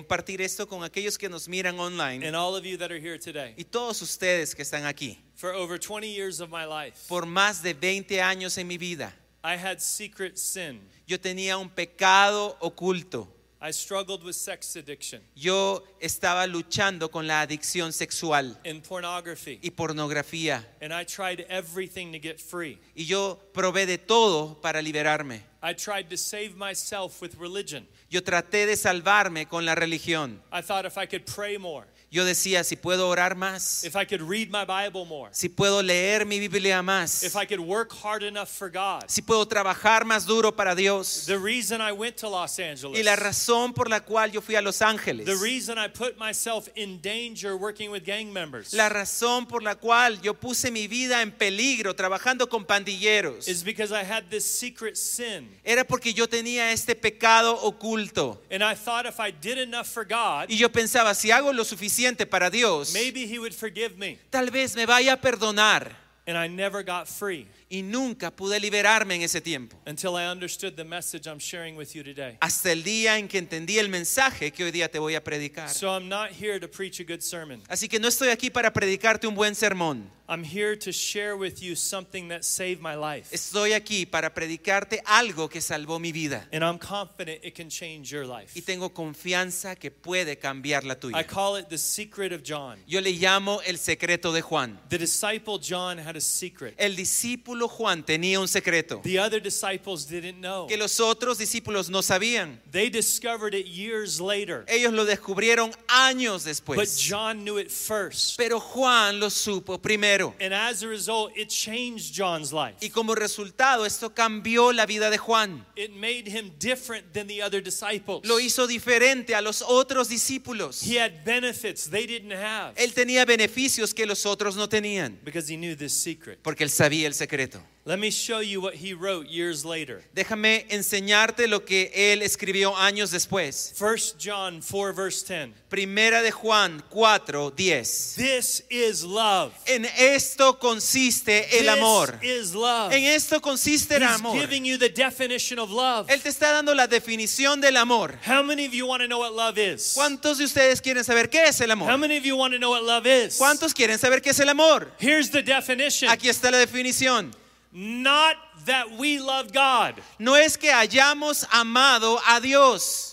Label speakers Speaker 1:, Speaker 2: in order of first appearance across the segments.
Speaker 1: compartir esto con aquellos que nos miran online
Speaker 2: and all of you that are here today.
Speaker 1: y todos ustedes que están aquí.
Speaker 2: For over 20 years of my life,
Speaker 1: Por más de 20 años en mi vida,
Speaker 2: I had secret sin.
Speaker 1: yo tenía un pecado oculto.
Speaker 2: I struggled with sex addiction
Speaker 1: Yo estaba luchando con la adicción sexual
Speaker 2: and pornography,
Speaker 1: y pornografía
Speaker 2: and I tried everything to get free.
Speaker 1: y yo probé de todo para liberarme.
Speaker 2: I tried to save myself with religion.
Speaker 1: Yo traté de salvarme con la religión.
Speaker 2: I thought if I could pray more,
Speaker 1: Yo decía, si puedo orar más,
Speaker 2: if I could read my Bible more,
Speaker 1: si puedo leer mi Biblia más,
Speaker 2: if I could work hard enough for God.
Speaker 1: si puedo trabajar más duro para Dios.
Speaker 2: The reason I went to Los Angeles,
Speaker 1: Y la razón por la cual yo fui a Los Ángeles.
Speaker 2: the reason I put myself in danger working with gang members,
Speaker 1: La razón por la cual yo puse mi vida en peligro trabajando con pandilleros
Speaker 2: is because I had this secret sin.
Speaker 1: era porque yo tenía este pecado oculto.
Speaker 2: And I thought if I did enough for God,
Speaker 1: Y yo pensaba, si hago lo suficiente para Dios,
Speaker 2: maybe He would forgive me.
Speaker 1: tal vez me vaya a perdonar.
Speaker 2: And I never got free
Speaker 1: Y nunca pude liberarme en ese tiempo.
Speaker 2: until I understood the message I'm sharing with you today.
Speaker 1: Hasta el día en que entendí el mensaje que hoy día te voy a predicar.
Speaker 2: So I'm not here to preach a good sermon.
Speaker 1: Así que no estoy aquí para predicarte un buen sermón.
Speaker 2: I'm here to share with you something that saved my life.
Speaker 1: Estoy aquí para predicarte algo que salvó mi vida.
Speaker 2: And I'm confident it can change your life.
Speaker 1: Y tengo confianza que puede cambiar la
Speaker 2: I
Speaker 1: tuya.
Speaker 2: call it the secret of John.
Speaker 1: Yo le llamo el secreto de Juan.
Speaker 2: The disciple John had a secret.
Speaker 1: El discípulo Juan tenía un secreto
Speaker 2: The other disciples didn't know.
Speaker 1: que los otros discípulos no sabían.
Speaker 2: They discovered it years later.
Speaker 1: Ellos lo descubrieron años
Speaker 2: But
Speaker 1: después.
Speaker 2: John knew it first.
Speaker 1: Pero Juan lo supo primero.
Speaker 2: And as a result, it changed John's life.
Speaker 1: Y como resultado, esto cambió la vida de Juan.
Speaker 2: It made him different than the other disciples.
Speaker 1: Lo hizo diferente a los otros discípulos.
Speaker 2: He had benefits they didn't have
Speaker 1: Él tenía beneficios que los otros no tenían,
Speaker 2: because he knew this secret.
Speaker 1: porque él sabía el secreto.
Speaker 2: Let me show you what he wrote years later.
Speaker 1: Déjame enseñarte lo que él escribió años después.
Speaker 2: 1 John 4, verse 10.
Speaker 1: Primera de Juan 4, 10.
Speaker 2: This is love.
Speaker 1: En esto consiste el amor.
Speaker 2: This is love.
Speaker 1: En esto consiste el
Speaker 2: He's
Speaker 1: amor.
Speaker 2: giving you the definition of love.
Speaker 1: Él te está dando la definición del amor.
Speaker 2: How many of you want to know what love is?
Speaker 1: ¿Cuántos de ustedes quieren saber qué es el
Speaker 2: How
Speaker 1: amor?
Speaker 2: many of you want to know what love is?
Speaker 1: ¿Cuántos quieren saber qué es el amor?
Speaker 2: Here's the definition.
Speaker 1: Aquí está la definición.
Speaker 2: Not that we love God.
Speaker 1: No es que hayamos amado a Dios.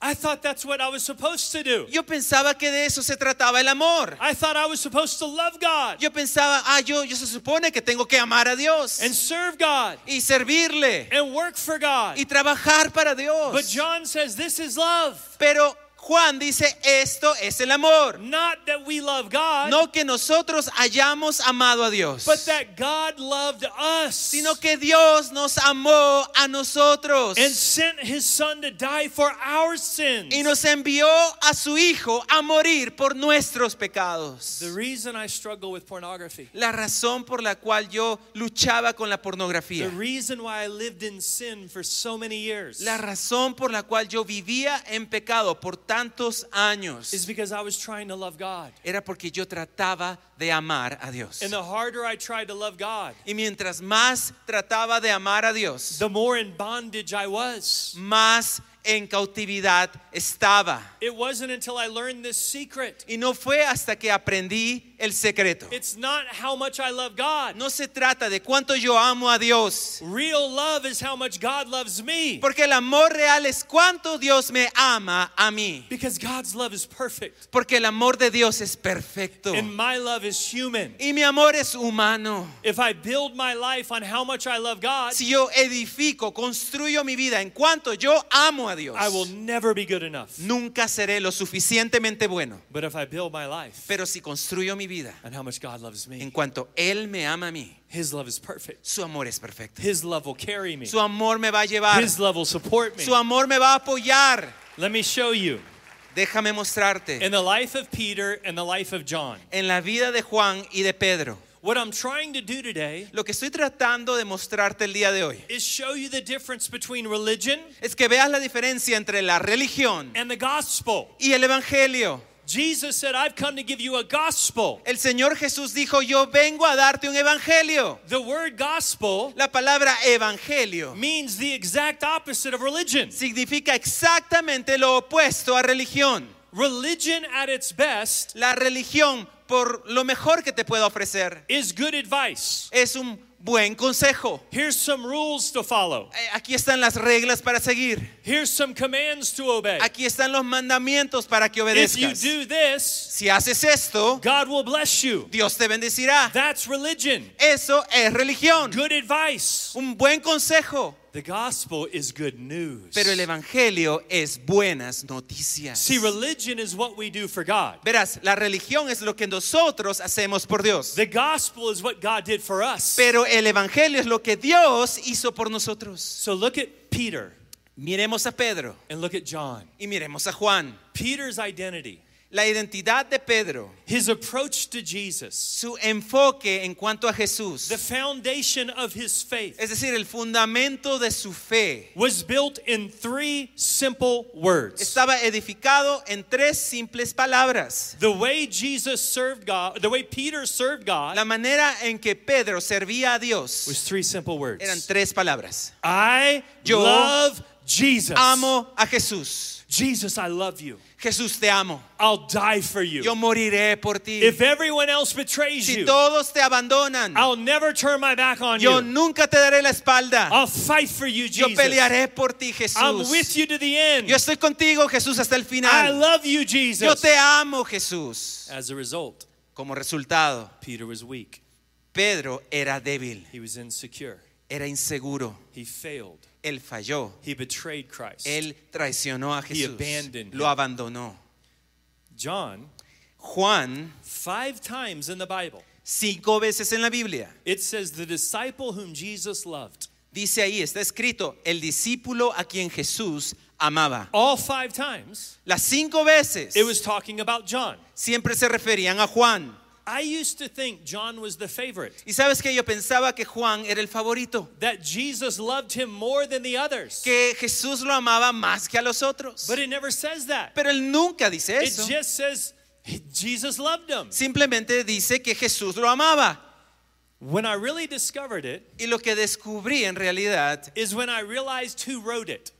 Speaker 2: I thought that's what I was supposed to do.
Speaker 1: Yo pensaba que de eso se trataba el amor.
Speaker 2: I thought I was supposed to love God
Speaker 1: Yo pensaba, ah, yo, yo se supone que tengo que amar a Dios
Speaker 2: and serve God
Speaker 1: y servirle
Speaker 2: and work for God.
Speaker 1: y trabajar para
Speaker 2: But
Speaker 1: Dios.
Speaker 2: John says this is love.
Speaker 1: Pero Juan dice, esto es el amor.
Speaker 2: Not that we love God,
Speaker 1: No que nosotros hayamos amado a Dios,
Speaker 2: but that God loved us
Speaker 1: sino que Dios nos amó a nosotros
Speaker 2: and sent his son to die for our sins.
Speaker 1: y nos envió a su Hijo a morir por nuestros pecados.
Speaker 2: the reason I struggle with pornography,
Speaker 1: La razón por la cual yo luchaba con la pornografía,
Speaker 2: the reason why I lived in sin for so many years,
Speaker 1: la razón por la cual yo vivía en pecado por tantos
Speaker 2: is
Speaker 1: años,
Speaker 2: because I was trying to love God.
Speaker 1: era porque yo trataba de amar a Dios.
Speaker 2: And uh, the harder I tried to love God,
Speaker 1: Y mientras más trataba de amar a Dios,
Speaker 2: the more in bondage I was.
Speaker 1: más en cautividad estaba.
Speaker 2: It wasn't until I learned this secret.
Speaker 1: Y no fue hasta que aprendí el secreto.
Speaker 2: It's not how much I love God.
Speaker 1: No se trata de cuánto yo amo a Dios,
Speaker 2: Real love is how much God loves me.
Speaker 1: porque el amor real es cuánto Dios me ama a mí,
Speaker 2: Because God's love is perfect.
Speaker 1: porque el amor de Dios es perfecto
Speaker 2: And my love is human.
Speaker 1: y mi amor es humano.
Speaker 2: If I build my life on how much I love God,
Speaker 1: Si yo edifico, construyo mi vida en cuanto yo amo a Dios,
Speaker 2: I will never be good enough.
Speaker 1: nunca seré lo suficientemente bueno.
Speaker 2: But if I build my life
Speaker 1: Pero si construyo mi vida
Speaker 2: on how much God loves
Speaker 1: en
Speaker 2: me,
Speaker 1: cuanto Él me ama a mí,
Speaker 2: His love is perfect.
Speaker 1: su amor es perfecto.
Speaker 2: His love will carry me.
Speaker 1: Su amor me va a llevar,
Speaker 2: His love will support me.
Speaker 1: su amor me va a apoyar.
Speaker 2: Let me show you.
Speaker 1: Déjame mostrarte.
Speaker 2: In the life of Peter and the life of John,
Speaker 1: en la vida de Juan y de Pedro.
Speaker 2: what I'm trying to do today
Speaker 1: Lo que estoy tratando de mostrarte el día de hoy
Speaker 2: is show you the difference between religion
Speaker 1: es que veas la diferencia entre la religión
Speaker 2: and the gospel.
Speaker 1: y el evangelio.
Speaker 2: Jesus said, I've come to give you a gospel.
Speaker 1: El Señor Jesús dijo, yo vengo a darte un evangelio.
Speaker 2: The word gospel
Speaker 1: La palabra evangelio
Speaker 2: means the exact opposite of religion.
Speaker 1: significa exactamente lo opuesto a religión.
Speaker 2: Religion at its best
Speaker 1: La religión, por lo mejor que te pueda ofrecer,
Speaker 2: is good advice.
Speaker 1: es un buen consejo.
Speaker 2: Here's some rules to follow.
Speaker 1: Eh, Aquí están las reglas para seguir.
Speaker 2: Here's some commands to obey.
Speaker 1: Aquí están los mandamientos para que
Speaker 2: If you
Speaker 1: obedezcas.
Speaker 2: do this,
Speaker 1: Si haces esto,
Speaker 2: God will bless you.
Speaker 1: Dios te bendecirá.
Speaker 2: That's religion.
Speaker 1: Eso es religión.
Speaker 2: Good advice.
Speaker 1: Un buen consejo.
Speaker 2: The gospel is good news.
Speaker 1: Pero el evangelio es buenas noticias.
Speaker 2: See, religion is what we do for God.
Speaker 1: Verás, la religión es lo que nosotros hacemos por Dios.
Speaker 2: The gospel is what God did for us.
Speaker 1: Pero el evangelio es lo que Dios hizo por nosotros.
Speaker 2: So look at Peter
Speaker 1: Miremos a Pedro
Speaker 2: and look at John.
Speaker 1: y miremos a Juan.
Speaker 2: Peter's identity,
Speaker 1: La identidad de Pedro,
Speaker 2: his approach to Jesus,
Speaker 1: su enfoque en cuanto a Jesús,
Speaker 2: the foundation of his faith
Speaker 1: es decir, el fundamento de su fe,
Speaker 2: was built in three simple words.
Speaker 1: estaba edificado en tres simples palabras.
Speaker 2: The way Jesus served God, the way Peter served God
Speaker 1: La manera en que Pedro servía a
Speaker 2: was
Speaker 1: Dios
Speaker 2: three simple
Speaker 1: eran
Speaker 2: words.
Speaker 1: tres palabras.
Speaker 2: I
Speaker 1: Yo
Speaker 2: love Jesus.
Speaker 1: Amo a Jesús.
Speaker 2: Jesus, I love you.
Speaker 1: Jesús, te amo.
Speaker 2: I'll die for
Speaker 1: Yo
Speaker 2: you.
Speaker 1: moriré por ti.
Speaker 2: If everyone else betrays
Speaker 1: Si
Speaker 2: you,
Speaker 1: todos te abandonan,
Speaker 2: I'll never turn my back on
Speaker 1: yo
Speaker 2: you.
Speaker 1: nunca te daré la espalda.
Speaker 2: I'll fight for you,
Speaker 1: Yo
Speaker 2: Jesus.
Speaker 1: pelearé por ti,
Speaker 2: I'm with
Speaker 1: Jesús.
Speaker 2: you to the end.
Speaker 1: Yo estoy contigo, Jesús, hasta el
Speaker 2: I
Speaker 1: final.
Speaker 2: love you,
Speaker 1: Yo
Speaker 2: Jesus.
Speaker 1: te amo, Jesús.
Speaker 2: As a result,
Speaker 1: Como resultado,
Speaker 2: Peter was weak.
Speaker 1: Pedro era débil,
Speaker 2: He was insecure.
Speaker 1: era inseguro,
Speaker 2: He failed.
Speaker 1: él falló,
Speaker 2: He betrayed Christ.
Speaker 1: él traicionó a Jesús,
Speaker 2: abandoned him.
Speaker 1: lo abandonó.
Speaker 2: John,
Speaker 1: Juan,
Speaker 2: five times in the Bible,
Speaker 1: cinco veces en la Biblia,
Speaker 2: it says the disciple whom Jesus loved.
Speaker 1: dice ahí, está escrito, el discípulo a quien Jesús amaba.
Speaker 2: All five times,
Speaker 1: Las cinco veces
Speaker 2: it was talking about John.
Speaker 1: siempre se referían a Juan.
Speaker 2: I used to think John was the favorite,
Speaker 1: Y sabes que yo pensaba que Juan era el favorito,
Speaker 2: that Jesus loved him more than the others.
Speaker 1: que Jesús lo amaba más que a los otros.
Speaker 2: But it never says that.
Speaker 1: Pero él nunca dice
Speaker 2: It
Speaker 1: eso.
Speaker 2: just says Jesus loved him.
Speaker 1: Simplemente dice que Jesús lo amaba.
Speaker 2: When I really discovered it
Speaker 1: Y lo que descubrí en realidad
Speaker 2: is when I realized who wrote it.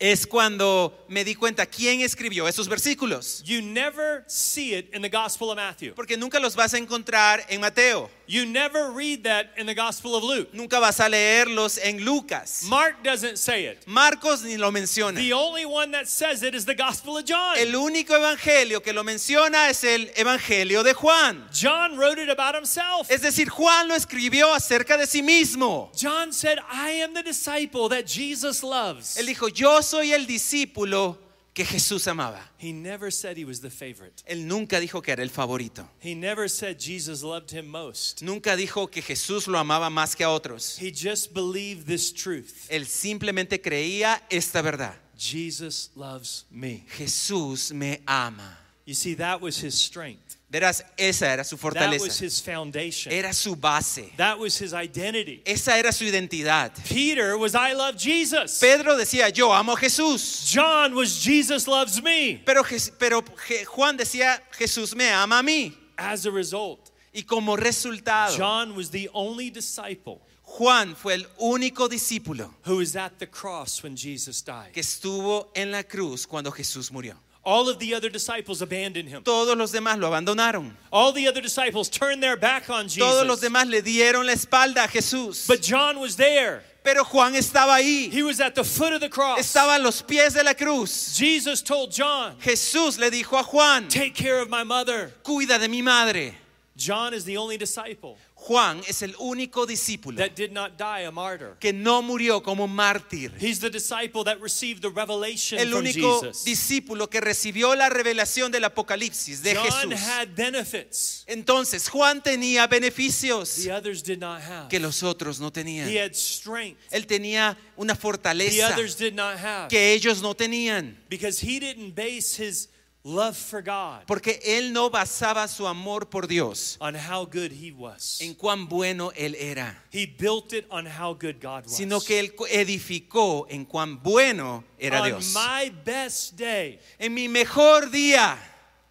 Speaker 1: es cuando me di cuenta quién escribió esos versículos.
Speaker 2: You never see it in the Gospel of Matthew.
Speaker 1: Porque nunca los vas a encontrar en Mateo,
Speaker 2: You never read that in the Gospel of Luke.
Speaker 1: nunca vas a leerlos en Lucas.
Speaker 2: Mark doesn't say it.
Speaker 1: Marcos ni lo menciona.
Speaker 2: The only one that says it is the Gospel of John.
Speaker 1: El único evangelio que lo menciona es el evangelio de Juan.
Speaker 2: John wrote it about himself.
Speaker 1: Es decir, Juan lo escribió acerca de sí mismo.
Speaker 2: John said, I am the disciple that Jesus loves.
Speaker 1: Él dijo, yo soy el discípulo que Jesús amaba.
Speaker 2: He never said he was the favorite.
Speaker 1: Él nunca dijo que era el favorito.
Speaker 2: He never said Jesus loved him most.
Speaker 1: Nunca dijo que Jesús lo amaba más que a otros.
Speaker 2: He just believed this truth
Speaker 1: Él simplemente creía esta verdad.
Speaker 2: Jesus loves me.
Speaker 1: Jesús me ama.
Speaker 2: You see, that was his strength,
Speaker 1: Verás, esa era su
Speaker 2: that was
Speaker 1: fortaleza.
Speaker 2: his foundation,
Speaker 1: Era su base.
Speaker 2: that was his identity.
Speaker 1: Esa era su identidad.
Speaker 2: Peter was, I love Jesus.
Speaker 1: Pedro decía, yo amo a Jesús.
Speaker 2: John was, Jesus loves me.
Speaker 1: Pero, Jes- pero Je- Juan decía, Jesús me ama a mí.
Speaker 2: As a result,
Speaker 1: Y como resultado,
Speaker 2: John was the only disciple
Speaker 1: Juan fue el único discípulo
Speaker 2: who was at the cross when Jesus
Speaker 1: que
Speaker 2: died.
Speaker 1: estuvo en la cruz cuando Jesús murió.
Speaker 2: All of the other disciples abandoned him.
Speaker 1: Todos los demás lo abandonaron.
Speaker 2: All the other disciples turned their back on
Speaker 1: Todos los
Speaker 2: Jesus.
Speaker 1: demás le dieron la espalda a Jesús.
Speaker 2: But John was there.
Speaker 1: Pero Juan estaba ahí.
Speaker 2: He was at the foot of the cross.
Speaker 1: Estaba a los pies de la cruz.
Speaker 2: Jesus told John,
Speaker 1: Jesús le dijo a Juan,
Speaker 2: Take care of my mother.
Speaker 1: cuida de mi madre.
Speaker 2: John is the only disciple
Speaker 1: Juan es el único discípulo
Speaker 2: that did not die a martyr.
Speaker 1: que no murió como mártir.
Speaker 2: He's the disciple that received the revelation
Speaker 1: El
Speaker 2: from
Speaker 1: único
Speaker 2: Jesus.
Speaker 1: discípulo que recibió la revelación del Apocalipsis de
Speaker 2: John
Speaker 1: Jesús.
Speaker 2: had benefits
Speaker 1: Entonces Juan tenía beneficios
Speaker 2: the others did not have.
Speaker 1: que los otros no
Speaker 2: He
Speaker 1: tenían.
Speaker 2: had strength
Speaker 1: Él tenía una
Speaker 2: the
Speaker 1: fortaleza
Speaker 2: others did not have.
Speaker 1: que ellos no tenían.
Speaker 2: Because he didn't base his love for God
Speaker 1: Porque él no basaba su amor por Dios
Speaker 2: on how good he was.
Speaker 1: en cuán bueno él era,
Speaker 2: He built it on how good God was.
Speaker 1: sino que él edificó en cuán bueno era
Speaker 2: on
Speaker 1: Dios.
Speaker 2: my best day,
Speaker 1: En mi mejor día,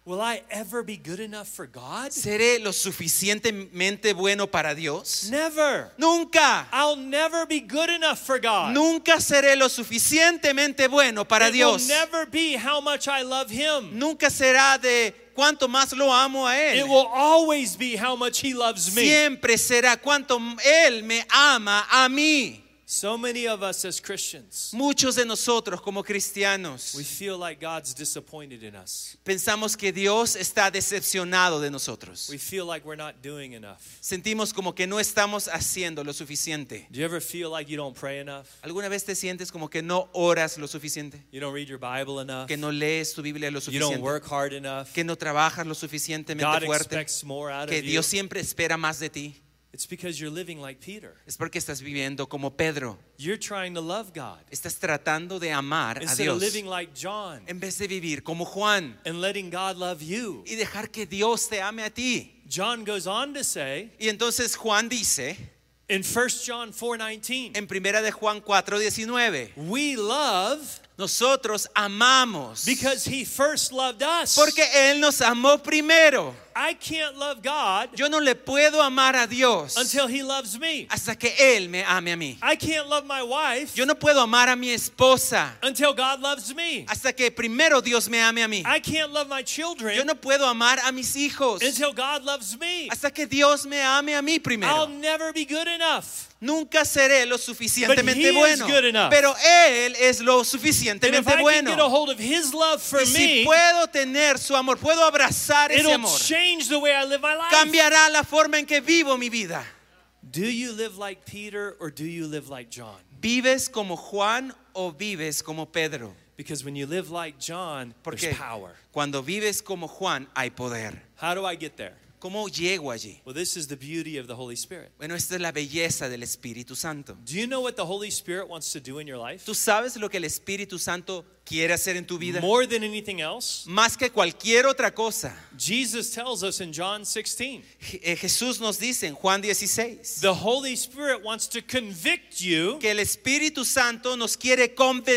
Speaker 2: Will I ever be good enough for God?
Speaker 1: ¿Seré lo suficientemente bueno para Dios?
Speaker 2: Never.
Speaker 1: Nunca.
Speaker 2: I'll never be good enough for God.
Speaker 1: Nunca seré lo suficientemente bueno para
Speaker 2: it
Speaker 1: Dios.
Speaker 2: will never be how much I love Him.
Speaker 1: Nunca será de cuánto más lo amo a Él.
Speaker 2: It will always be how much He loves me.
Speaker 1: Siempre será cuánto Él me ama a mí.
Speaker 2: So many of us as Christians,
Speaker 1: Muchos de nosotros como cristianos
Speaker 2: we feel like God's disappointed in us.
Speaker 1: pensamos que Dios está decepcionado de nosotros.
Speaker 2: We feel like we're not doing enough.
Speaker 1: Sentimos como que no estamos haciendo lo suficiente.
Speaker 2: Do you ever feel like you don't pray enough?
Speaker 1: ¿Alguna vez te sientes como que no oras lo suficiente?
Speaker 2: You don't read your Bible enough?
Speaker 1: ¿Que no lees tu Biblia lo
Speaker 2: You don't
Speaker 1: suficiente?
Speaker 2: work hard enough?
Speaker 1: ¿Que no trabajas lo
Speaker 2: God
Speaker 1: suficientemente fuerte?
Speaker 2: expects more out
Speaker 1: Que
Speaker 2: of you.
Speaker 1: Dios siempre espera más de ti.
Speaker 2: It's because you're living like Peter.
Speaker 1: Es porque estás viviendo como Pedro.
Speaker 2: You're trying to love God
Speaker 1: Estás tratando de amar a
Speaker 2: instead of
Speaker 1: Dios
Speaker 2: living like John
Speaker 1: en vez de vivir como Juan
Speaker 2: and letting God love you.
Speaker 1: y dejar que Dios te ame a ti.
Speaker 2: John goes on to say
Speaker 1: Y entonces Juan dice
Speaker 2: in 1 John 4:19,
Speaker 1: en primera de Juan 4:19,
Speaker 2: we love
Speaker 1: nosotros amamos
Speaker 2: because he first loved us.
Speaker 1: porque él nos amó primero.
Speaker 2: I can't love God
Speaker 1: Yo no le puedo amar a Dios
Speaker 2: until he loves me.
Speaker 1: hasta que él me ame a mí.
Speaker 2: I can't love my wife
Speaker 1: Yo no puedo amar a mi esposa
Speaker 2: until God loves me.
Speaker 1: hasta que primero Dios me ame a mí.
Speaker 2: I can't love my
Speaker 1: Yo
Speaker 2: children
Speaker 1: no puedo amar a mis hijos
Speaker 2: until God loves me.
Speaker 1: hasta que Dios me ame a mí
Speaker 2: I'll
Speaker 1: primero.
Speaker 2: never be good enough.
Speaker 1: Nunca seré lo
Speaker 2: But he
Speaker 1: suficientemente
Speaker 2: is
Speaker 1: bueno.
Speaker 2: good enough.
Speaker 1: Pero Él es lo
Speaker 2: And if
Speaker 1: suficientemente
Speaker 2: I can get a
Speaker 1: bueno.
Speaker 2: hold of his love for
Speaker 1: Y si
Speaker 2: me,
Speaker 1: puedo tener su amor, puedo abrazar ese
Speaker 2: it'll
Speaker 1: amor,
Speaker 2: change the way I live my life.
Speaker 1: cambiará la forma en que vivo mi vida.
Speaker 2: Do you live like Peter or do you live like John?
Speaker 1: ¿Vives como Juan o vives como Pedro?
Speaker 2: Because when you live like John,
Speaker 1: Porque
Speaker 2: there's power.
Speaker 1: cuando vives como Juan hay poder.
Speaker 2: How do I get there?
Speaker 1: ¿Cómo llego allí?
Speaker 2: Well, this is the beauty of the Holy Spirit.
Speaker 1: Bueno, esta es la belleza del Espíritu Santo.
Speaker 2: Do you know what the Holy Spirit wants to do in your life?
Speaker 1: ¿Tú sabes lo que el Espíritu Santo quiere hacer en tu vida?
Speaker 2: More than anything else,
Speaker 1: Más que cualquier otra cosa.
Speaker 2: Jesus tells us in John 16,
Speaker 1: Je- eh, Jesús nos dice en Juan 16.
Speaker 2: the Holy Spirit wants to convict you
Speaker 1: que el Espíritu Santo nos quiere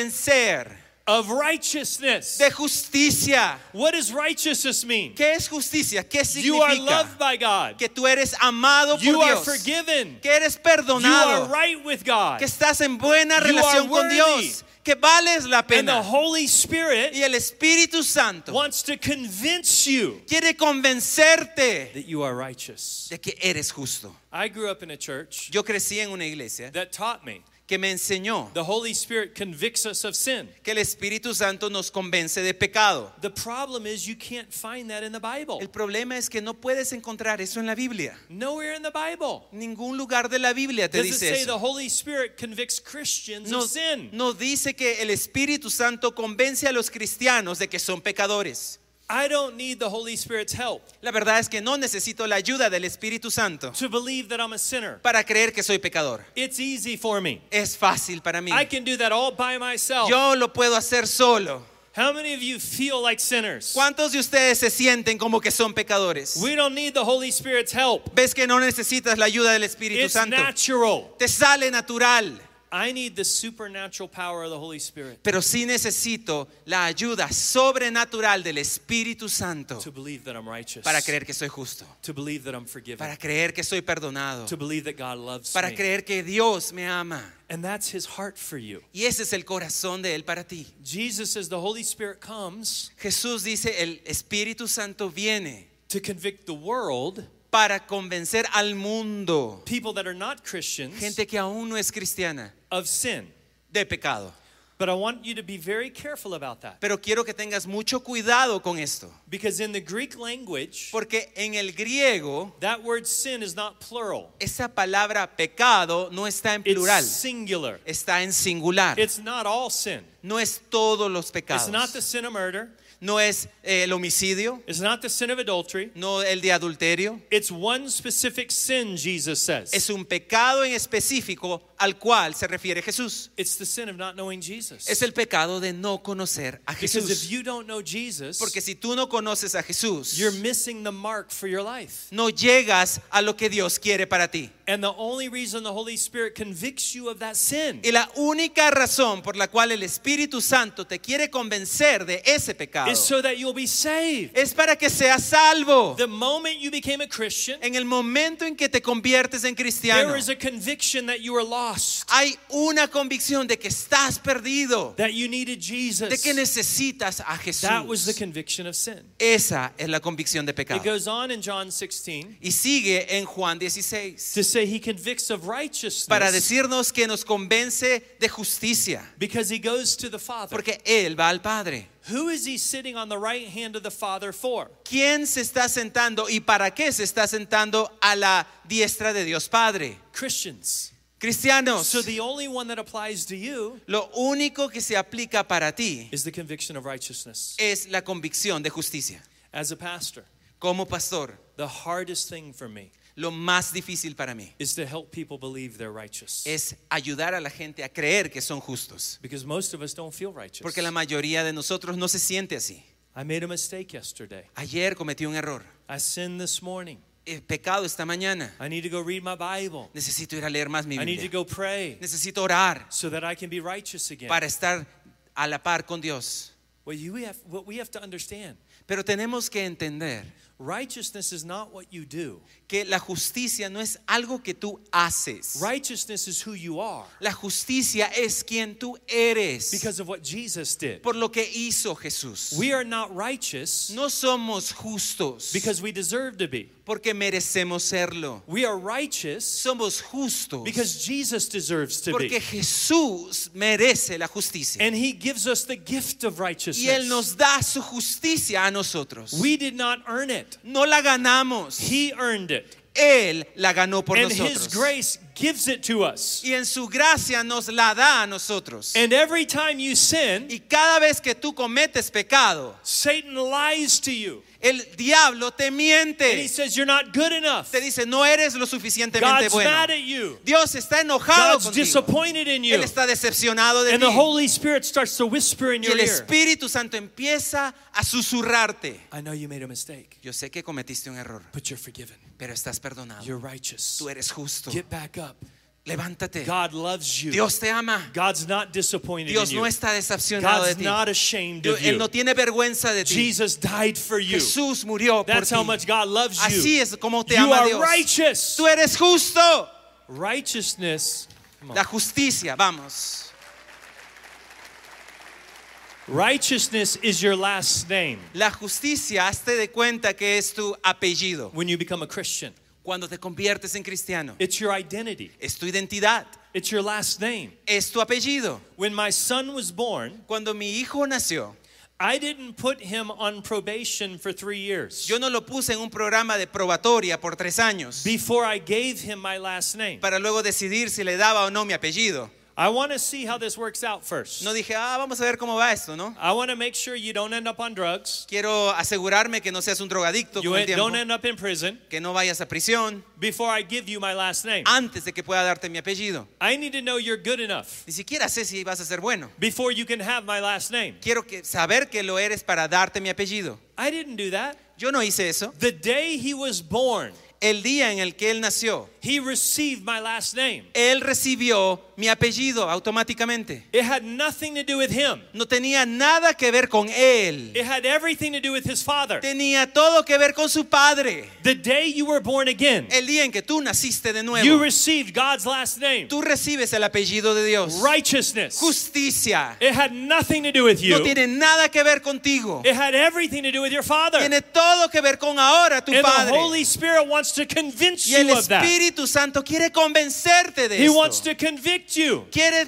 Speaker 1: convencer
Speaker 2: of righteousness.
Speaker 1: de justicia.
Speaker 2: What does righteousness mean?
Speaker 1: ¿Qué es justicia? ¿Qué
Speaker 2: You are
Speaker 1: significa?
Speaker 2: loved by God.
Speaker 1: Que tú eres amado
Speaker 2: You
Speaker 1: por
Speaker 2: are
Speaker 1: Dios,
Speaker 2: forgiven.
Speaker 1: que eres
Speaker 2: You are
Speaker 1: perdonado,
Speaker 2: right with God.
Speaker 1: que estás en buena
Speaker 2: You
Speaker 1: relación
Speaker 2: are
Speaker 1: con
Speaker 2: worthy.
Speaker 1: Dios, que vales la
Speaker 2: And the
Speaker 1: pena.
Speaker 2: Holy Spirit
Speaker 1: Y el Espíritu Santo
Speaker 2: wants to convince you
Speaker 1: quiere convencerte
Speaker 2: that you are righteous.
Speaker 1: de que eres justo.
Speaker 2: I grew up in a church
Speaker 1: Yo crecí en una iglesia
Speaker 2: that taught me
Speaker 1: que me enseñó
Speaker 2: the Holy Spirit convicts us of sin.
Speaker 1: que el Espíritu Santo nos convence de pecado.
Speaker 2: The problem is you can't find that in the Bible.
Speaker 1: El problema es que no puedes encontrar eso en la Biblia.
Speaker 2: Nowhere in the Bible
Speaker 1: Ningún lugar de la Biblia te
Speaker 2: does it
Speaker 1: dice
Speaker 2: say the
Speaker 1: eso.
Speaker 2: Holy Spirit convicts Christians
Speaker 1: No,
Speaker 2: of sin.
Speaker 1: no dice que el Espíritu Santo convence a los cristianos de que son pecadores.
Speaker 2: I don't need the Holy Spirit's help
Speaker 1: La verdad es que no necesito la ayuda del Espíritu Santo
Speaker 2: to believe that I'm a sinner.
Speaker 1: para creer que soy pecador.
Speaker 2: It's easy for me.
Speaker 1: Es fácil para mí.
Speaker 2: I can do that all by myself.
Speaker 1: Yo lo puedo hacer solo.
Speaker 2: How many of you feel like sinners?
Speaker 1: ¿Cuántos de ustedes se sienten como que son pecadores?
Speaker 2: We don't need the Holy Spirit's help.
Speaker 1: ¿Ves que no necesitas la ayuda del Espíritu
Speaker 2: It's
Speaker 1: Santo?
Speaker 2: natural.
Speaker 1: Te sale natural,
Speaker 2: I need the supernatural power of the Holy Spirit
Speaker 1: pero sí necesito la ayuda sobrenatural del Espíritu Santo
Speaker 2: to believe that I'm righteous,
Speaker 1: para creer que soy justo.
Speaker 2: to believe that I'm forgiven,
Speaker 1: para creer que soy perdonado,
Speaker 2: to believe that God loves
Speaker 1: para
Speaker 2: me.
Speaker 1: creer que Dios me ama.
Speaker 2: And that's His heart for you.
Speaker 1: Y ese es el corazón de Él para ti.
Speaker 2: Jesus says the Holy Spirit comes
Speaker 1: Jesús dice, el Espíritu Santo viene
Speaker 2: to convict the world,
Speaker 1: para convencer al mundo,
Speaker 2: people that are not Christians,
Speaker 1: gente que aún no es cristiana,
Speaker 2: of sin.
Speaker 1: de pecado.
Speaker 2: But I want you to be very careful about that
Speaker 1: Pero quiero que tengas mucho cuidado con esto,
Speaker 2: because in the Greek language,
Speaker 1: porque en el griego
Speaker 2: that word sin is not plural,
Speaker 1: esa palabra pecado no está en plural,
Speaker 2: it's singular.
Speaker 1: está en singular.
Speaker 2: It's not all sin.
Speaker 1: No es todos los
Speaker 2: It's not the
Speaker 1: pecados.
Speaker 2: sin of murder.
Speaker 1: No es eh, el homicidio,
Speaker 2: It's not the sin of adultery.
Speaker 1: no el de adulterio,
Speaker 2: It's one specific sin, Jesus says.
Speaker 1: es un pecado en específico al cual se refiere Jesús.
Speaker 2: It's the sin of not knowing Jesus.
Speaker 1: Es el pecado de no conocer a
Speaker 2: because if
Speaker 1: Jesús.
Speaker 2: you don't know Jesus,
Speaker 1: Porque si tú no conoces a Jesús,
Speaker 2: you're missing the mark for your life.
Speaker 1: no llegas a lo que Dios quiere para ti.
Speaker 2: And the only reason the Holy Spirit convicts you of that sin
Speaker 1: Y la única razón por la cual el Espíritu Santo te quiere convencer de ese pecado
Speaker 2: is so that you'll be saved.
Speaker 1: es para que seas salvo.
Speaker 2: The moment you became a Christian,
Speaker 1: En el momento en que te conviertes en cristiano,
Speaker 2: there is a conviction that you were lost,
Speaker 1: hay una convicción de que estás perdido,
Speaker 2: that you needed
Speaker 1: de
Speaker 2: Jesus.
Speaker 1: que necesitas a
Speaker 2: That was the
Speaker 1: Jesús.
Speaker 2: conviction of sin.
Speaker 1: Esa es la convicción de
Speaker 2: It
Speaker 1: pecado.
Speaker 2: goes on in John 16
Speaker 1: Y sigue en Juan 16
Speaker 2: to say he convicts of righteousness
Speaker 1: para decirnos que nos convence de justicia,
Speaker 2: because he goes to the Father.
Speaker 1: porque Él va al Padre.
Speaker 2: Who is he sitting on the right hand of the Father for?
Speaker 1: ¿Quién se está sentando y para qué se está sentando a la diestra de Dios Padre?
Speaker 2: Christians.
Speaker 1: Cristianos,
Speaker 2: So the only one that applies to you
Speaker 1: lo único que se aplica para ti
Speaker 2: is the conviction of righteousness.
Speaker 1: es la convicción de justicia.
Speaker 2: As a pastor,
Speaker 1: Como pastor,
Speaker 2: the hardest thing for me
Speaker 1: lo más difícil para mí
Speaker 2: is to help people believe they're righteous
Speaker 1: es ayudar a la gente a creer que son justos.
Speaker 2: because most of us don't feel righteous.
Speaker 1: Porque la mayoría de nosotros no se siente así.
Speaker 2: I made a mistake yesterday.
Speaker 1: Ayer cometí un error.
Speaker 2: I sinned this morning.
Speaker 1: He pecado esta mañana.
Speaker 2: I need to go read my Bible.
Speaker 1: Necesito ir a leer más mi
Speaker 2: I need to
Speaker 1: Biblia.
Speaker 2: go pray
Speaker 1: Necesito orar
Speaker 2: so that I can be righteous again.
Speaker 1: para estar a la par con Dios.
Speaker 2: What, you have, what we have to understand
Speaker 1: Pero tenemos que entender
Speaker 2: righteousness is not what you do,
Speaker 1: que la justicia no es algo que tú haces.
Speaker 2: righteousness is who you are
Speaker 1: La justicia es quien tú eres
Speaker 2: because of what Jesus did.
Speaker 1: por lo que hizo Jesús.
Speaker 2: We are not righteous
Speaker 1: No somos justos
Speaker 2: because we deserve to be,
Speaker 1: porque merecemos serlo.
Speaker 2: we are righteous
Speaker 1: Somos justos
Speaker 2: because Jesus deserves to
Speaker 1: porque
Speaker 2: be.
Speaker 1: Jesús merece la justicia.
Speaker 2: And he gives us the gift of
Speaker 1: Y Él
Speaker 2: righteousness.
Speaker 1: nos da su justicia a nosotros.
Speaker 2: We did not earn it.
Speaker 1: No la ganamos.
Speaker 2: He earned it.
Speaker 1: Él la ganó por
Speaker 2: and his
Speaker 1: nosotros.
Speaker 2: grace gives it to us.
Speaker 1: Y en su gracia nos la da a nosotros.
Speaker 2: And every time you sin,
Speaker 1: Y cada vez que tú cometes pecado,
Speaker 2: Satan lies to you.
Speaker 1: el diablo te
Speaker 2: And he
Speaker 1: miente.
Speaker 2: says you're not good enough.
Speaker 1: Te dice, no eres lo suficientemente
Speaker 2: God's mad
Speaker 1: bueno.
Speaker 2: at you.
Speaker 1: Dios está enojado
Speaker 2: God's
Speaker 1: contigo.
Speaker 2: disappointed in
Speaker 1: Él
Speaker 2: you.
Speaker 1: está decepcionado de
Speaker 2: And the
Speaker 1: ti.
Speaker 2: Holy Spirit starts to whisper in
Speaker 1: Y
Speaker 2: your
Speaker 1: el
Speaker 2: ear.
Speaker 1: Espíritu Santo empieza a susurrarte.
Speaker 2: I know you made a mistake,
Speaker 1: Yo sé que cometiste un error,
Speaker 2: but you're forgiven.
Speaker 1: pero estás perdonado.
Speaker 2: You're righteous.
Speaker 1: Tú eres justo.
Speaker 2: Get back up.
Speaker 1: Levántate.
Speaker 2: God loves you.
Speaker 1: Dios te ama.
Speaker 2: God's not disappointed
Speaker 1: Dios
Speaker 2: in you.
Speaker 1: no está decepcionado de
Speaker 2: God's
Speaker 1: ti.
Speaker 2: not ashamed
Speaker 1: Dios-
Speaker 2: of you.
Speaker 1: Él no tiene vergüenza de ti.
Speaker 2: Jesus died for you.
Speaker 1: Jesús murió por
Speaker 2: That's how
Speaker 1: ti.
Speaker 2: much God loves you.
Speaker 1: Así es como te
Speaker 2: you
Speaker 1: ama
Speaker 2: are
Speaker 1: Dios.
Speaker 2: righteous.
Speaker 1: Tú eres justo.
Speaker 2: Righteousness. come on.
Speaker 1: La justicia, vamos.
Speaker 2: Righteousness is your last name
Speaker 1: La justicia, hazte de cuenta que es tu apellido.
Speaker 2: when you become a Christian.
Speaker 1: Cuando te conviertes en cristiano,
Speaker 2: It's your identity.
Speaker 1: es tu identidad,
Speaker 2: It's your last name.
Speaker 1: es tu apellido.
Speaker 2: When my son was born,
Speaker 1: Cuando mi hijo nació,
Speaker 2: I didn't put him on probation for three years
Speaker 1: yo no lo puse en un programa de probatoria por tres años
Speaker 2: before I gave him my last name.
Speaker 1: para luego decidir si le daba o no mi apellido.
Speaker 2: I want to see how this works out first.
Speaker 1: No dije, ah, vamos a ver cómo va esto, ¿no?
Speaker 2: I want to make sure you don't end up on drugs,
Speaker 1: Quiero asegurarme que no seas un drogadicto
Speaker 2: you
Speaker 1: con el
Speaker 2: en-
Speaker 1: tiempo,
Speaker 2: don't end up in prison
Speaker 1: que no vayas a prisión
Speaker 2: before I give you my last name.
Speaker 1: antes de que pueda darte mi apellido.
Speaker 2: I need to know you're good enough
Speaker 1: Ni siquiera sé si vas a ser bueno.
Speaker 2: before you can have my last name.
Speaker 1: Quiero que, saber que lo eres para darte mi apellido.
Speaker 2: I didn't do that.
Speaker 1: Yo no hice eso.
Speaker 2: The day he was born,
Speaker 1: El día en el que él nació,
Speaker 2: he received my last name.
Speaker 1: él recibió mi apellido automáticamente.
Speaker 2: It had nothing to do with him.
Speaker 1: No tenía nada que ver con él.
Speaker 2: It had everything to do with his father.
Speaker 1: tenía todo que ver con su padre.
Speaker 2: The day you were born again,
Speaker 1: El día en que tú naciste de
Speaker 2: you
Speaker 1: nuevo,
Speaker 2: received God's last name,
Speaker 1: tú recibes el apellido de Dios.
Speaker 2: righteousness.
Speaker 1: Justicia.
Speaker 2: It had nothing to do with
Speaker 1: No
Speaker 2: you.
Speaker 1: tiene nada que ver contigo.
Speaker 2: It had everything to do with your father. And
Speaker 1: Tiene todo que ver con ahora tu
Speaker 2: the
Speaker 1: padre.
Speaker 2: Holy Spirit wants to convince
Speaker 1: Y el
Speaker 2: you of that.
Speaker 1: Espíritu Santo quiere convencerte de
Speaker 2: He wants
Speaker 1: esto.
Speaker 2: to convict you.
Speaker 1: Quiere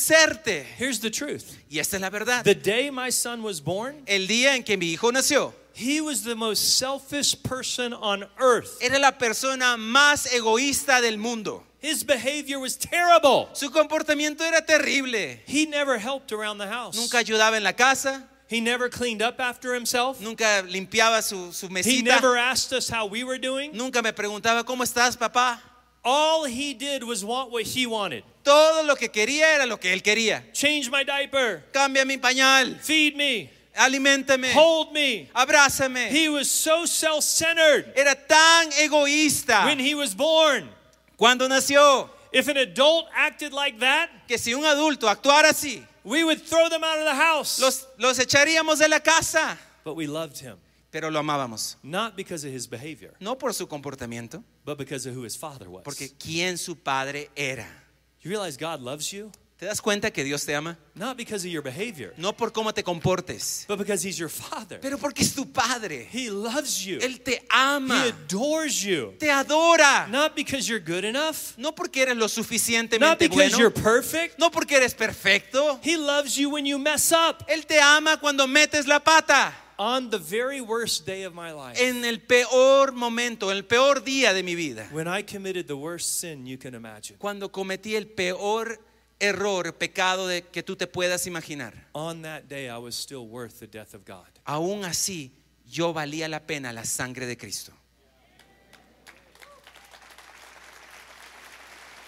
Speaker 1: convencerte.
Speaker 2: Here's the truth.
Speaker 1: Y esta es la verdad.
Speaker 2: The day my son was born,
Speaker 1: El día en que mi hijo nació,
Speaker 2: he was the most selfish person on earth.
Speaker 1: era la persona más egoísta del mundo.
Speaker 2: His behavior was terrible.
Speaker 1: Su comportamiento era terrible.
Speaker 2: He never helped around the house.
Speaker 1: Nunca ayudaba en la casa,
Speaker 2: He never cleaned up after himself.
Speaker 1: nunca limpiaba su, su
Speaker 2: He
Speaker 1: mesita,
Speaker 2: never asked us how we were doing.
Speaker 1: nunca me preguntaba, ¿cómo estás, papá?
Speaker 2: All he did was want what he wanted.
Speaker 1: Todo lo que quería era lo que él quería.
Speaker 2: Change my diaper.
Speaker 1: Cambia mi pañal,
Speaker 2: Feed me.
Speaker 1: aliméntame,
Speaker 2: Hold me.
Speaker 1: abrázame.
Speaker 2: He was so self centered
Speaker 1: Era tan egoísta
Speaker 2: when he was born.
Speaker 1: cuando nació
Speaker 2: If an adult acted like that,
Speaker 1: que si un adulto actuara así,
Speaker 2: we would throw them out of the house.
Speaker 1: los, los echaríamos de la casa.
Speaker 2: But we loved him,
Speaker 1: Pero lo amábamos,
Speaker 2: not because of his behavior,
Speaker 1: no por su comportamiento,
Speaker 2: but because of who his father was.
Speaker 1: porque quién su padre era.
Speaker 2: You realize God loves you,
Speaker 1: ¿Te das cuenta que Dios te ama?
Speaker 2: not because of your behavior,
Speaker 1: No por cómo te comportes,
Speaker 2: but because he's your father.
Speaker 1: pero porque es tu padre.
Speaker 2: He loves you,
Speaker 1: Él te
Speaker 2: he
Speaker 1: ama,
Speaker 2: adores you,
Speaker 1: te adora.
Speaker 2: not because you're good enough,
Speaker 1: No porque eres lo
Speaker 2: not
Speaker 1: suficientemente
Speaker 2: because you're
Speaker 1: bueno,
Speaker 2: perfect.
Speaker 1: no porque eres perfecto.
Speaker 2: He loves you when you mess up.
Speaker 1: Él te ama cuando metes la pata
Speaker 2: On the very worst day of my life,
Speaker 1: en el peor momento, en el peor día de mi vida.
Speaker 2: when I committed the worst sin you can imagine,
Speaker 1: Cuando cometí el peor error, pecado de que tú te puedas imaginar.
Speaker 2: on that day I was still worth the death of God.
Speaker 1: Aún así, yo valía la pena la sangre de Cristo.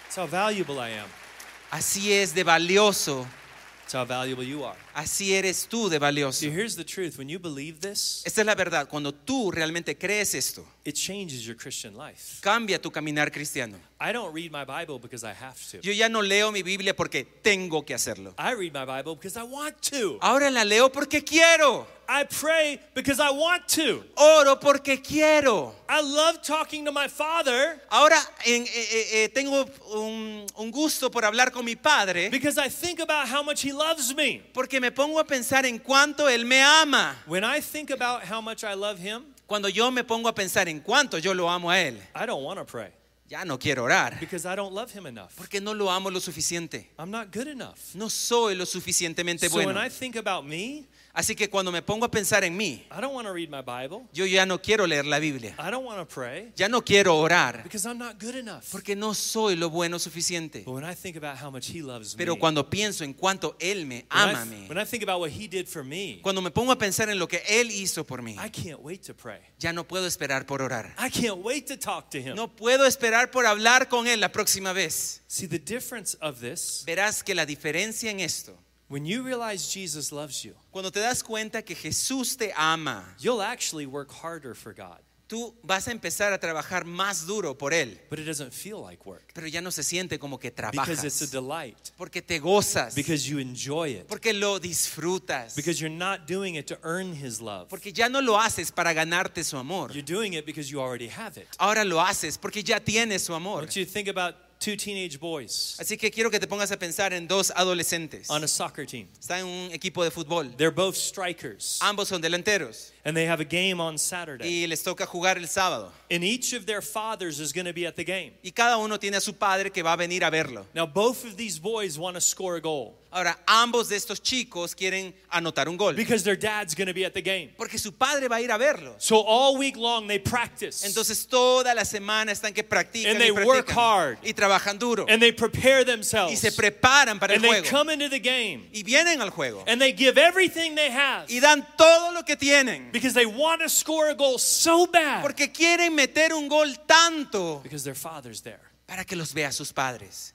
Speaker 2: It's how valuable I am.
Speaker 1: Así es de valioso,
Speaker 2: It's how valuable you are.
Speaker 1: así eres tú de valioso.
Speaker 2: See, here's the truth. When you believe this,
Speaker 1: Esta es la verdad, cuando tú realmente crees esto,
Speaker 2: it changes your Christian life.
Speaker 1: cambia tu caminar cristiano.
Speaker 2: I don't read my Bible because I have to.
Speaker 1: Yo ya no leo mi Biblia porque tengo que hacerlo.
Speaker 2: I read my Bible because I want to.
Speaker 1: Ahora la leo porque quiero.
Speaker 2: I pray because I want to.
Speaker 1: Oro porque quiero.
Speaker 2: I love talking to my father
Speaker 1: Ahora en- eh, eh, eh, tengo un, un gusto por hablar con mi padre
Speaker 2: because I think about how much he loves me.
Speaker 1: porque me pongo a pensar en cuánto él me ama.
Speaker 2: When I think about how much I love him,
Speaker 1: Cuando yo me pongo a pensar en cuánto yo lo amo a él,
Speaker 2: I don't want to pray
Speaker 1: ya no quiero orar
Speaker 2: because I don't love him enough.
Speaker 1: porque no lo amo lo suficiente.
Speaker 2: I'm not good enough.
Speaker 1: No soy lo suficientemente
Speaker 2: So when
Speaker 1: bueno.
Speaker 2: I think about me,
Speaker 1: Así que cuando me pongo a pensar en mí,
Speaker 2: I don't want to read my Bible.
Speaker 1: yo ya no quiero leer la Biblia.
Speaker 2: I don't want to pray
Speaker 1: Ya no quiero orar
Speaker 2: because I'm not good enough.
Speaker 1: porque no soy lo bueno suficiente.
Speaker 2: But when I think about how much he loves me,
Speaker 1: Pero cuando pienso en cuánto él me
Speaker 2: when I-
Speaker 1: ama a mí,
Speaker 2: when I think about what he did for me,
Speaker 1: cuando me pongo a pensar en lo que él hizo por mí,
Speaker 2: I can't wait to pray.
Speaker 1: ya no puedo esperar por orar.
Speaker 2: I can't wait to talk to him.
Speaker 1: No puedo esperar por hablar con él la próxima vez.
Speaker 2: See, the difference of this,
Speaker 1: Verás que la diferencia en esto,
Speaker 2: when you realize Jesus loves you,
Speaker 1: cuando te das cuenta que Jesús te ama,
Speaker 2: you'll actually work harder for God,
Speaker 1: tú vas a empezar a trabajar más duro por él,
Speaker 2: but it doesn't feel like work
Speaker 1: pero ya no se siente como que
Speaker 2: because it's a
Speaker 1: trabajas,
Speaker 2: delight,
Speaker 1: porque te gozas,
Speaker 2: because you enjoy it,
Speaker 1: porque lo disfrutas,
Speaker 2: because you're not doing it to earn his love.
Speaker 1: porque ya no lo haces para ganarte su amor.
Speaker 2: You're doing it because you already have it.
Speaker 1: Ahora lo haces porque ya tienes su
Speaker 2: I
Speaker 1: amor.
Speaker 2: want you to think about two teenage boys
Speaker 1: Así que quiero que te pongas a pensar en dos adolescentes.
Speaker 2: on a soccer team.
Speaker 1: Están en un equipo de fútbol.
Speaker 2: They're both strikers,
Speaker 1: Ambos son delanteros
Speaker 2: and they have a game on Saturday.
Speaker 1: y les toca jugar el sábado.
Speaker 2: And each of their fathers is going to be at the game.
Speaker 1: Y cada uno tiene a su padre que va a venir a verlo.
Speaker 2: Now, both of these boys want to score a goal
Speaker 1: Ahora, ambos de estos chicos quieren anotar un gol
Speaker 2: because their dad's going to be at the game.
Speaker 1: porque su padre va a ir a verlo.
Speaker 2: So all week long they practice
Speaker 1: Entonces toda la semana están que practican,
Speaker 2: And
Speaker 1: y,
Speaker 2: they work
Speaker 1: practican.
Speaker 2: hard.
Speaker 1: y trabajan duro
Speaker 2: and they prepare themselves
Speaker 1: y se preparan para el
Speaker 2: and they
Speaker 1: juego
Speaker 2: come into the game
Speaker 1: y vienen al juego
Speaker 2: and they give everything they have
Speaker 1: y dan todo lo que tienen
Speaker 2: because they want to score a goal so bad
Speaker 1: porque quieren meter un gol tanto
Speaker 2: because their father's there.
Speaker 1: para que los vea sus padres.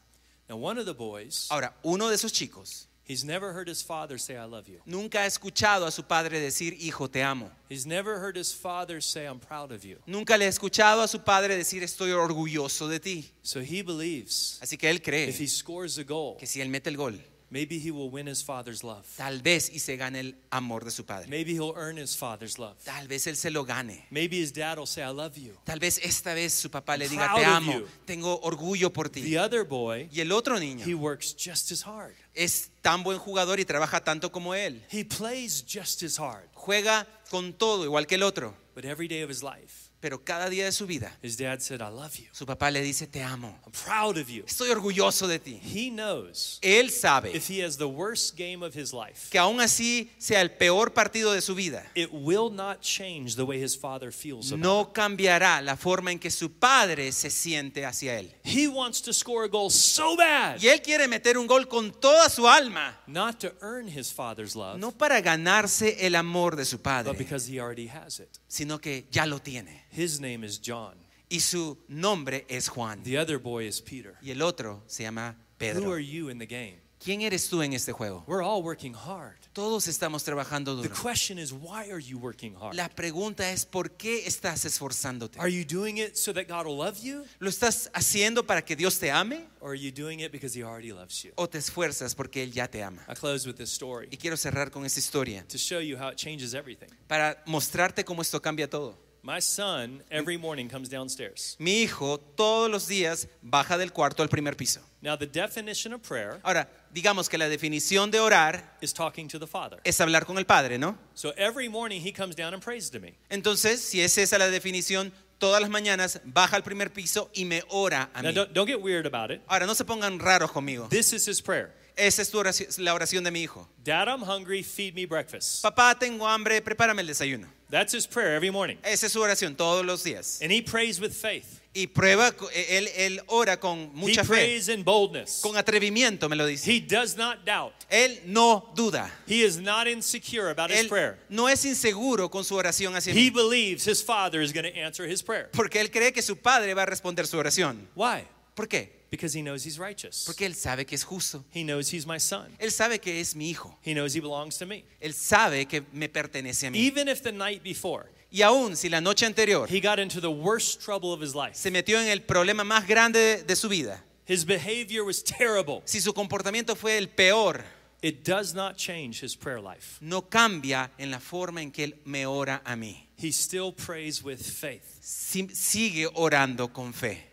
Speaker 2: Now one of the boys,
Speaker 1: Ahora, uno de esos chicos
Speaker 2: he's never heard his father say I love you.
Speaker 1: nunca ha escuchado a su padre decir, hijo, te amo.
Speaker 2: He's never heard his father say I'm proud of you.
Speaker 1: Nunca le ha escuchado a su padre decir, estoy orgulloso de ti.
Speaker 2: So he believes
Speaker 1: Así que él
Speaker 2: if he
Speaker 1: cree
Speaker 2: scores a goal,
Speaker 1: Eh. que si él mete el gol,
Speaker 2: maybe he will win his father's love.
Speaker 1: tal vez y se gane el amor de su padre.
Speaker 2: Maybe he'll earn his father's love.
Speaker 1: Tal vez él se lo gane.
Speaker 2: Maybe his dad'll say I love you.
Speaker 1: Tal vez esta vez su papá le
Speaker 2: I'm
Speaker 1: diga,
Speaker 2: proud
Speaker 1: te
Speaker 2: of
Speaker 1: amo,
Speaker 2: you."
Speaker 1: tengo orgullo por ti.
Speaker 2: The other boy,
Speaker 1: Y el otro
Speaker 2: he
Speaker 1: niño
Speaker 2: works just as hard.
Speaker 1: es tan buen jugador y trabaja tanto como él.
Speaker 2: He plays just as hard,
Speaker 1: Juega con todo igual que el otro,
Speaker 2: but every day of his life,
Speaker 1: pero cada día de su vida
Speaker 2: his dad said, I love you.
Speaker 1: su papá le dice, te amo,
Speaker 2: I'm proud of you.
Speaker 1: estoy orgulloso de ti.
Speaker 2: He knows
Speaker 1: Él sabe
Speaker 2: if he has the worst game of his life,
Speaker 1: que aún así sea el peor partido de su vida,
Speaker 2: it will not change the way his father feels about
Speaker 1: no cambiará la forma en que su padre se siente hacia él.
Speaker 2: it. He wants to score a goal so bad,
Speaker 1: Y él quiere meter un gol con toda su alma,
Speaker 2: not to earn his father's love,
Speaker 1: no para ganarse el amor de su
Speaker 2: but
Speaker 1: padre,
Speaker 2: because he already has it.
Speaker 1: sino que ya lo tiene.
Speaker 2: His name is John.
Speaker 1: y su nombre es Juan.
Speaker 2: The other boy is Peter.
Speaker 1: Y el otro se llama
Speaker 2: Who
Speaker 1: Pedro.
Speaker 2: are you in the game?
Speaker 1: ¿Quién eres tú en este juego?
Speaker 2: We're all working hard.
Speaker 1: Todos estamos trabajando
Speaker 2: The
Speaker 1: duro.
Speaker 2: question is, why are you working hard?
Speaker 1: La pregunta es, ¿por qué estás esforzándote?
Speaker 2: Are you doing it so that God will love you?
Speaker 1: ¿Lo estás haciendo para que Dios te ame
Speaker 2: Or are you doing it because He already loves you?
Speaker 1: o te esfuerzas porque Él ya te ama?
Speaker 2: I close with this story
Speaker 1: Y quiero cerrar con esta historia
Speaker 2: to show you how it changes everything.
Speaker 1: para mostrarte cómo esto cambia todo.
Speaker 2: My son every morning comes downstairs.
Speaker 1: Mi hijo todos los días baja del cuarto al primer piso.
Speaker 2: Now, the definition of prayer
Speaker 1: Ahora, digamos que la definición de orar
Speaker 2: is talking to the Father.
Speaker 1: es hablar con el Padre, ¿no?
Speaker 2: So every morning he comes down and prays to me.
Speaker 1: Entonces, si es esa la definición, todas las mañanas baja al primer piso y me ora a
Speaker 2: Now,
Speaker 1: mí.
Speaker 2: don't, don't get weird about it.
Speaker 1: Ahora, no se pongan raros conmigo.
Speaker 2: This is his prayer
Speaker 1: Esa es tu oración- la oración de mi hijo.
Speaker 2: Dad, I'm hungry, feed me breakfast.
Speaker 1: Papá, tengo hambre, prepárame el desayuno.
Speaker 2: That's his prayer every morning.
Speaker 1: Esa es su oración todos los días.
Speaker 2: And he prays with faith,
Speaker 1: Y prueba, co- e-, él, él ora con
Speaker 2: he
Speaker 1: mucha fe,
Speaker 2: prays in boldness.
Speaker 1: con atrevimiento, me lo dice.
Speaker 2: He does not doubt.
Speaker 1: Él no duda.
Speaker 2: He is not insecure about his
Speaker 1: Él
Speaker 2: prayer.
Speaker 1: no es inseguro con su oración hacia
Speaker 2: He
Speaker 1: mí,
Speaker 2: believes his father is going to answer his prayer.
Speaker 1: porque él cree que su padre va a responder su oración.
Speaker 2: Why?
Speaker 1: ¿Por qué?
Speaker 2: Because he knows he's righteous.
Speaker 1: Porque él sabe que es justo.
Speaker 2: He knows he's my son.
Speaker 1: Él sabe que es mi hijo.
Speaker 2: He knows he belongs to me.
Speaker 1: Él sabe que me pertenece a mí.
Speaker 2: Even if the night before
Speaker 1: Y aún si la noche anterior
Speaker 2: he got into the worst trouble of his life,
Speaker 1: se metió en el problema más grande de, de su vida,
Speaker 2: his behavior was terrible.
Speaker 1: si su comportamiento fue el peor,
Speaker 2: It does not change his prayer life.
Speaker 1: no cambia en la forma en que él me ora a mí.
Speaker 2: He still prays with faith
Speaker 1: Si- sigue orando con fe,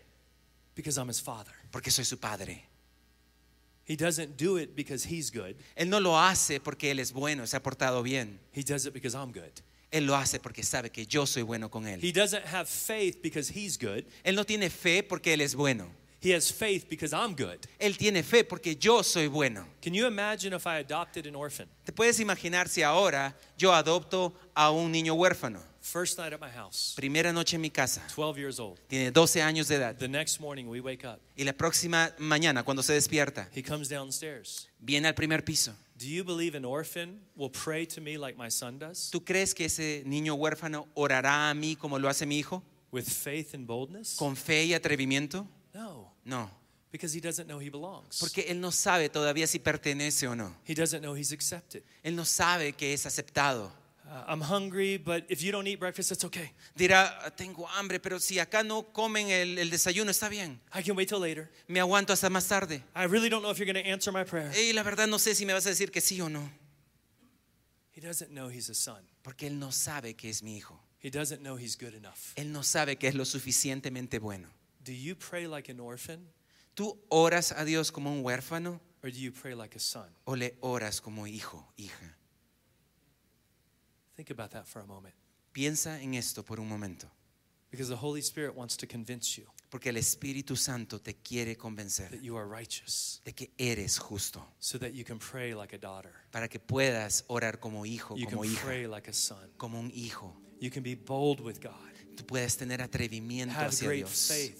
Speaker 2: because I'm his father.
Speaker 1: porque soy su padre.
Speaker 2: He doesn't do it because he's good.
Speaker 1: Él no lo hace porque él es bueno, se ha portado bien.
Speaker 2: He does it because I'm good.
Speaker 1: Él lo hace porque sabe que yo soy bueno con él.
Speaker 2: He doesn't have faith because he's good.
Speaker 1: Él no tiene fe porque él es bueno.
Speaker 2: He has faith because I'm good.
Speaker 1: Él tiene fe porque yo soy bueno.
Speaker 2: Can you imagine if I adopted an orphan
Speaker 1: ¿Te puedes imaginar si ahora yo adopto a un niño huérfano?
Speaker 2: first night at my house,
Speaker 1: Primera noche en mi casa,
Speaker 2: 12 years old?
Speaker 1: tiene 12 años de edad
Speaker 2: The next morning we wake up.
Speaker 1: y la próxima mañana cuando se despierta
Speaker 2: He comes downstairs.
Speaker 1: viene al primer piso.
Speaker 2: Do you believe an orphan will pray to me like my son does?
Speaker 1: ¿Tú crees que ese niño huérfano orará a mí como lo hace mi hijo?
Speaker 2: With faith and boldness?
Speaker 1: ¿Con fe y atrevimiento?
Speaker 2: No,
Speaker 1: No,
Speaker 2: because he doesn't know he belongs.
Speaker 1: porque él no sabe todavía si pertenece o no.
Speaker 2: He doesn't know he's accepted.
Speaker 1: Él no sabe que es aceptado.
Speaker 2: Uh, I'm hungry, but if you don't eat breakfast, that's okay.
Speaker 1: Dirá, tengo hambre, pero si acá no comen el, el desayuno, está bien.
Speaker 2: I can wait till later.
Speaker 1: Me aguanto hasta más tarde.
Speaker 2: I really don't know if you're going to answer my prayer.
Speaker 1: Y la verdad no sé si me vas a decir que sí o no,
Speaker 2: He doesn't know he's a son.
Speaker 1: porque él no sabe que es mi hijo.
Speaker 2: He doesn't know he's good enough.
Speaker 1: Él no sabe que es lo suficientemente bueno.
Speaker 2: Do you pray like an orphan
Speaker 1: ¿Tú oras a Dios como un huérfano
Speaker 2: or do you pray like a son?
Speaker 1: o le oras como hijo, hija?
Speaker 2: Think about that for a moment
Speaker 1: Piensa en esto por un momento,
Speaker 2: because the Holy Spirit wants to convince you
Speaker 1: porque el Espíritu Santo te quiere
Speaker 2: that
Speaker 1: convencer
Speaker 2: you are righteous
Speaker 1: de que eres justo,
Speaker 2: so that you can pray like a daughter.
Speaker 1: para que puedas orar como hijo,
Speaker 2: You
Speaker 1: como
Speaker 2: can
Speaker 1: hija,
Speaker 2: pray like a son.
Speaker 1: como un hijo.
Speaker 2: You can be bold with God.
Speaker 1: Tú puedes tener atrevimiento
Speaker 2: Have
Speaker 1: hacia
Speaker 2: great
Speaker 1: Dios,
Speaker 2: faith.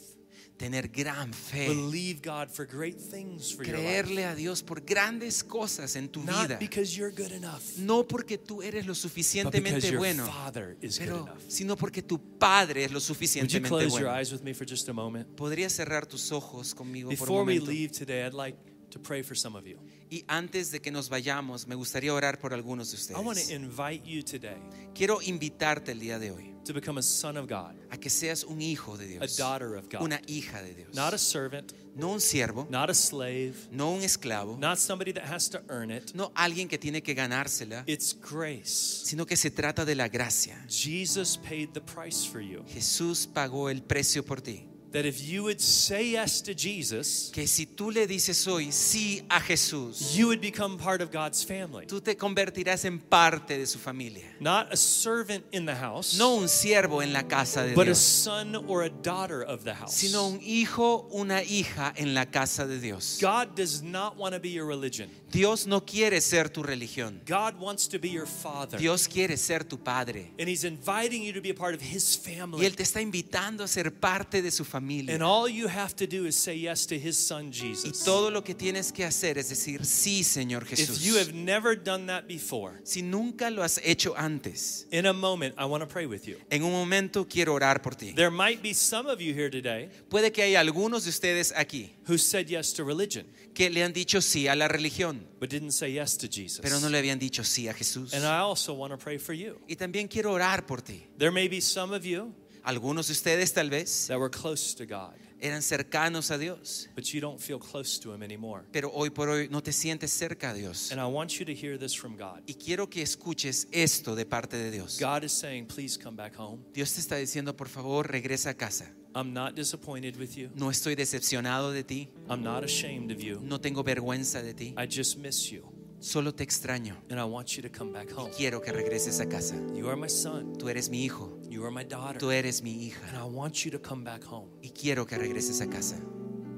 Speaker 1: tener gran fe,
Speaker 2: Believe God for great things for your life.
Speaker 1: creerle a Dios por grandes cosas en tu vida.
Speaker 2: Not because you're good enough,
Speaker 1: No porque tú eres lo
Speaker 2: but because
Speaker 1: suficientemente
Speaker 2: your
Speaker 1: bueno,
Speaker 2: Father is good
Speaker 1: pero
Speaker 2: enough.
Speaker 1: sino porque tu padre es lo
Speaker 2: Would you
Speaker 1: suficientemente
Speaker 2: close your
Speaker 1: bueno.
Speaker 2: eyes with me for just a moment?
Speaker 1: ¿Podrías cerrar tus ojos conmigo por un
Speaker 2: Before we
Speaker 1: momento?
Speaker 2: leave today, I'd like to pray for some of you.
Speaker 1: Y antes de que nos vayamos, me gustaría orar por algunos de
Speaker 2: I want to
Speaker 1: ustedes.
Speaker 2: invite you today
Speaker 1: Quiero invitarte el día de hoy
Speaker 2: to become a son of God,
Speaker 1: a que seas un hijo de
Speaker 2: a
Speaker 1: Dios,
Speaker 2: daughter of God,
Speaker 1: una hija de Dios,
Speaker 2: not a servant,
Speaker 1: no un siervo,
Speaker 2: not a slave,
Speaker 1: no un esclavo,
Speaker 2: not somebody that has to earn it.
Speaker 1: no alguien que tiene que ganársela,
Speaker 2: It's grace.
Speaker 1: sino que se trata de la gracia.
Speaker 2: Jesus paid the price for you.
Speaker 1: Jesús pagó el precio por ti.
Speaker 2: That if you would say yes to Jesus,
Speaker 1: Que si tú le dices hoy sí a Jesús,
Speaker 2: you would become part of God's family.
Speaker 1: tú te convertirás en parte de su familia.
Speaker 2: Not a servant in the house,
Speaker 1: No un siervo en la casa de
Speaker 2: but a
Speaker 1: Dios,
Speaker 2: son or a daughter of the house.
Speaker 1: sino un hijo, una hija en la casa de Dios.
Speaker 2: God does not want to be your religion.
Speaker 1: Dios no quiere ser tu religión.
Speaker 2: God wants to be your father.
Speaker 1: Dios quiere ser tu padre.
Speaker 2: And he's inviting you to be a part of his
Speaker 1: Y
Speaker 2: family.
Speaker 1: Él te está invitando a ser parte de su familia.
Speaker 2: And all you have to do is say yes to his son
Speaker 1: Y
Speaker 2: Jesus.
Speaker 1: todo lo que tienes que hacer es decir, sí, Señor
Speaker 2: If you
Speaker 1: Jesús.
Speaker 2: have never done that before,
Speaker 1: Si nunca lo has hecho antes,
Speaker 2: in a moment I want to pray with you.
Speaker 1: en un momento quiero orar por ti.
Speaker 2: There might be some of you here today
Speaker 1: Puede que haya algunos de ustedes aquí
Speaker 2: who said yes to religion
Speaker 1: que le han dicho sí a la religión,
Speaker 2: but didn't say yes to Jesus.
Speaker 1: pero no le habían dicho sí a Jesús.
Speaker 2: And I also want to pray for you.
Speaker 1: Y también quiero orar por ti.
Speaker 2: There may be some of you
Speaker 1: Algunos de ustedes tal vez
Speaker 2: that were close to God,
Speaker 1: eran cercanos a Dios,
Speaker 2: but you don't feel close to him anymore.
Speaker 1: pero hoy por hoy no te sientes cerca a Dios.
Speaker 2: And I want you to hear this from God.
Speaker 1: Y quiero que escuches esto de parte de Dios.
Speaker 2: God is saying, please come back home.
Speaker 1: Dios te está diciendo, por favor, regresa a casa.
Speaker 2: I'm not disappointed with you.
Speaker 1: No estoy decepcionado de ti,
Speaker 2: I'm not ashamed of you.
Speaker 1: no tengo vergüenza de ti,
Speaker 2: I just miss you.
Speaker 1: solo te extraño.
Speaker 2: And I want you to come back home.
Speaker 1: Quiero que regreses a casa.
Speaker 2: You are my son.
Speaker 1: Tú eres mi hijo,
Speaker 2: You are my daughter.
Speaker 1: tú eres mi
Speaker 2: And
Speaker 1: hija
Speaker 2: I want you to come back home.
Speaker 1: y quiero que regreses a casa.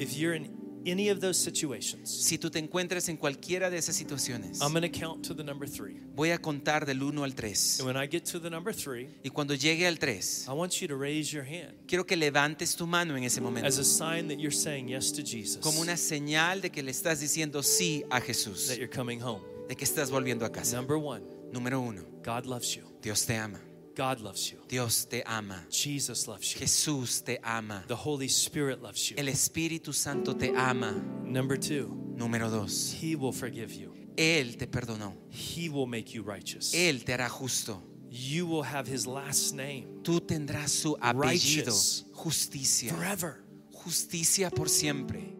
Speaker 2: If you're in any of those situations,
Speaker 1: Si tú te encuentras en cualquiera de esas situaciones,
Speaker 2: I'm going to count to the number three.
Speaker 1: voy a contar del 1 al 3.
Speaker 2: And when I get to the number three,
Speaker 1: Y cuando llegue al 3,
Speaker 2: I want you to raise your hand
Speaker 1: quiero que levantes tu mano en ese momento
Speaker 2: as a sign that you're saying yes to Jesus,
Speaker 1: como una señal de que le estás diciendo sí a Jesús,
Speaker 2: that you're coming home.
Speaker 1: de que estás volviendo a casa.
Speaker 2: Number one,
Speaker 1: Número 1,
Speaker 2: God loves you.
Speaker 1: Dios te ama.
Speaker 2: God loves you.
Speaker 1: Dios te ama.
Speaker 2: Jesus loves you.
Speaker 1: Jesús te ama.
Speaker 2: The Holy Spirit loves you.
Speaker 1: El Espíritu Santo te ama.
Speaker 2: Number two,
Speaker 1: Número 2,
Speaker 2: He will forgive you.
Speaker 1: Él te perdonó.
Speaker 2: He will make you righteous.
Speaker 1: Él te hará justo.
Speaker 2: You will have His last name
Speaker 1: Tú tendrás su apellido,
Speaker 2: Righteous.
Speaker 1: justicia.
Speaker 2: forever.
Speaker 1: Justicia por siempre.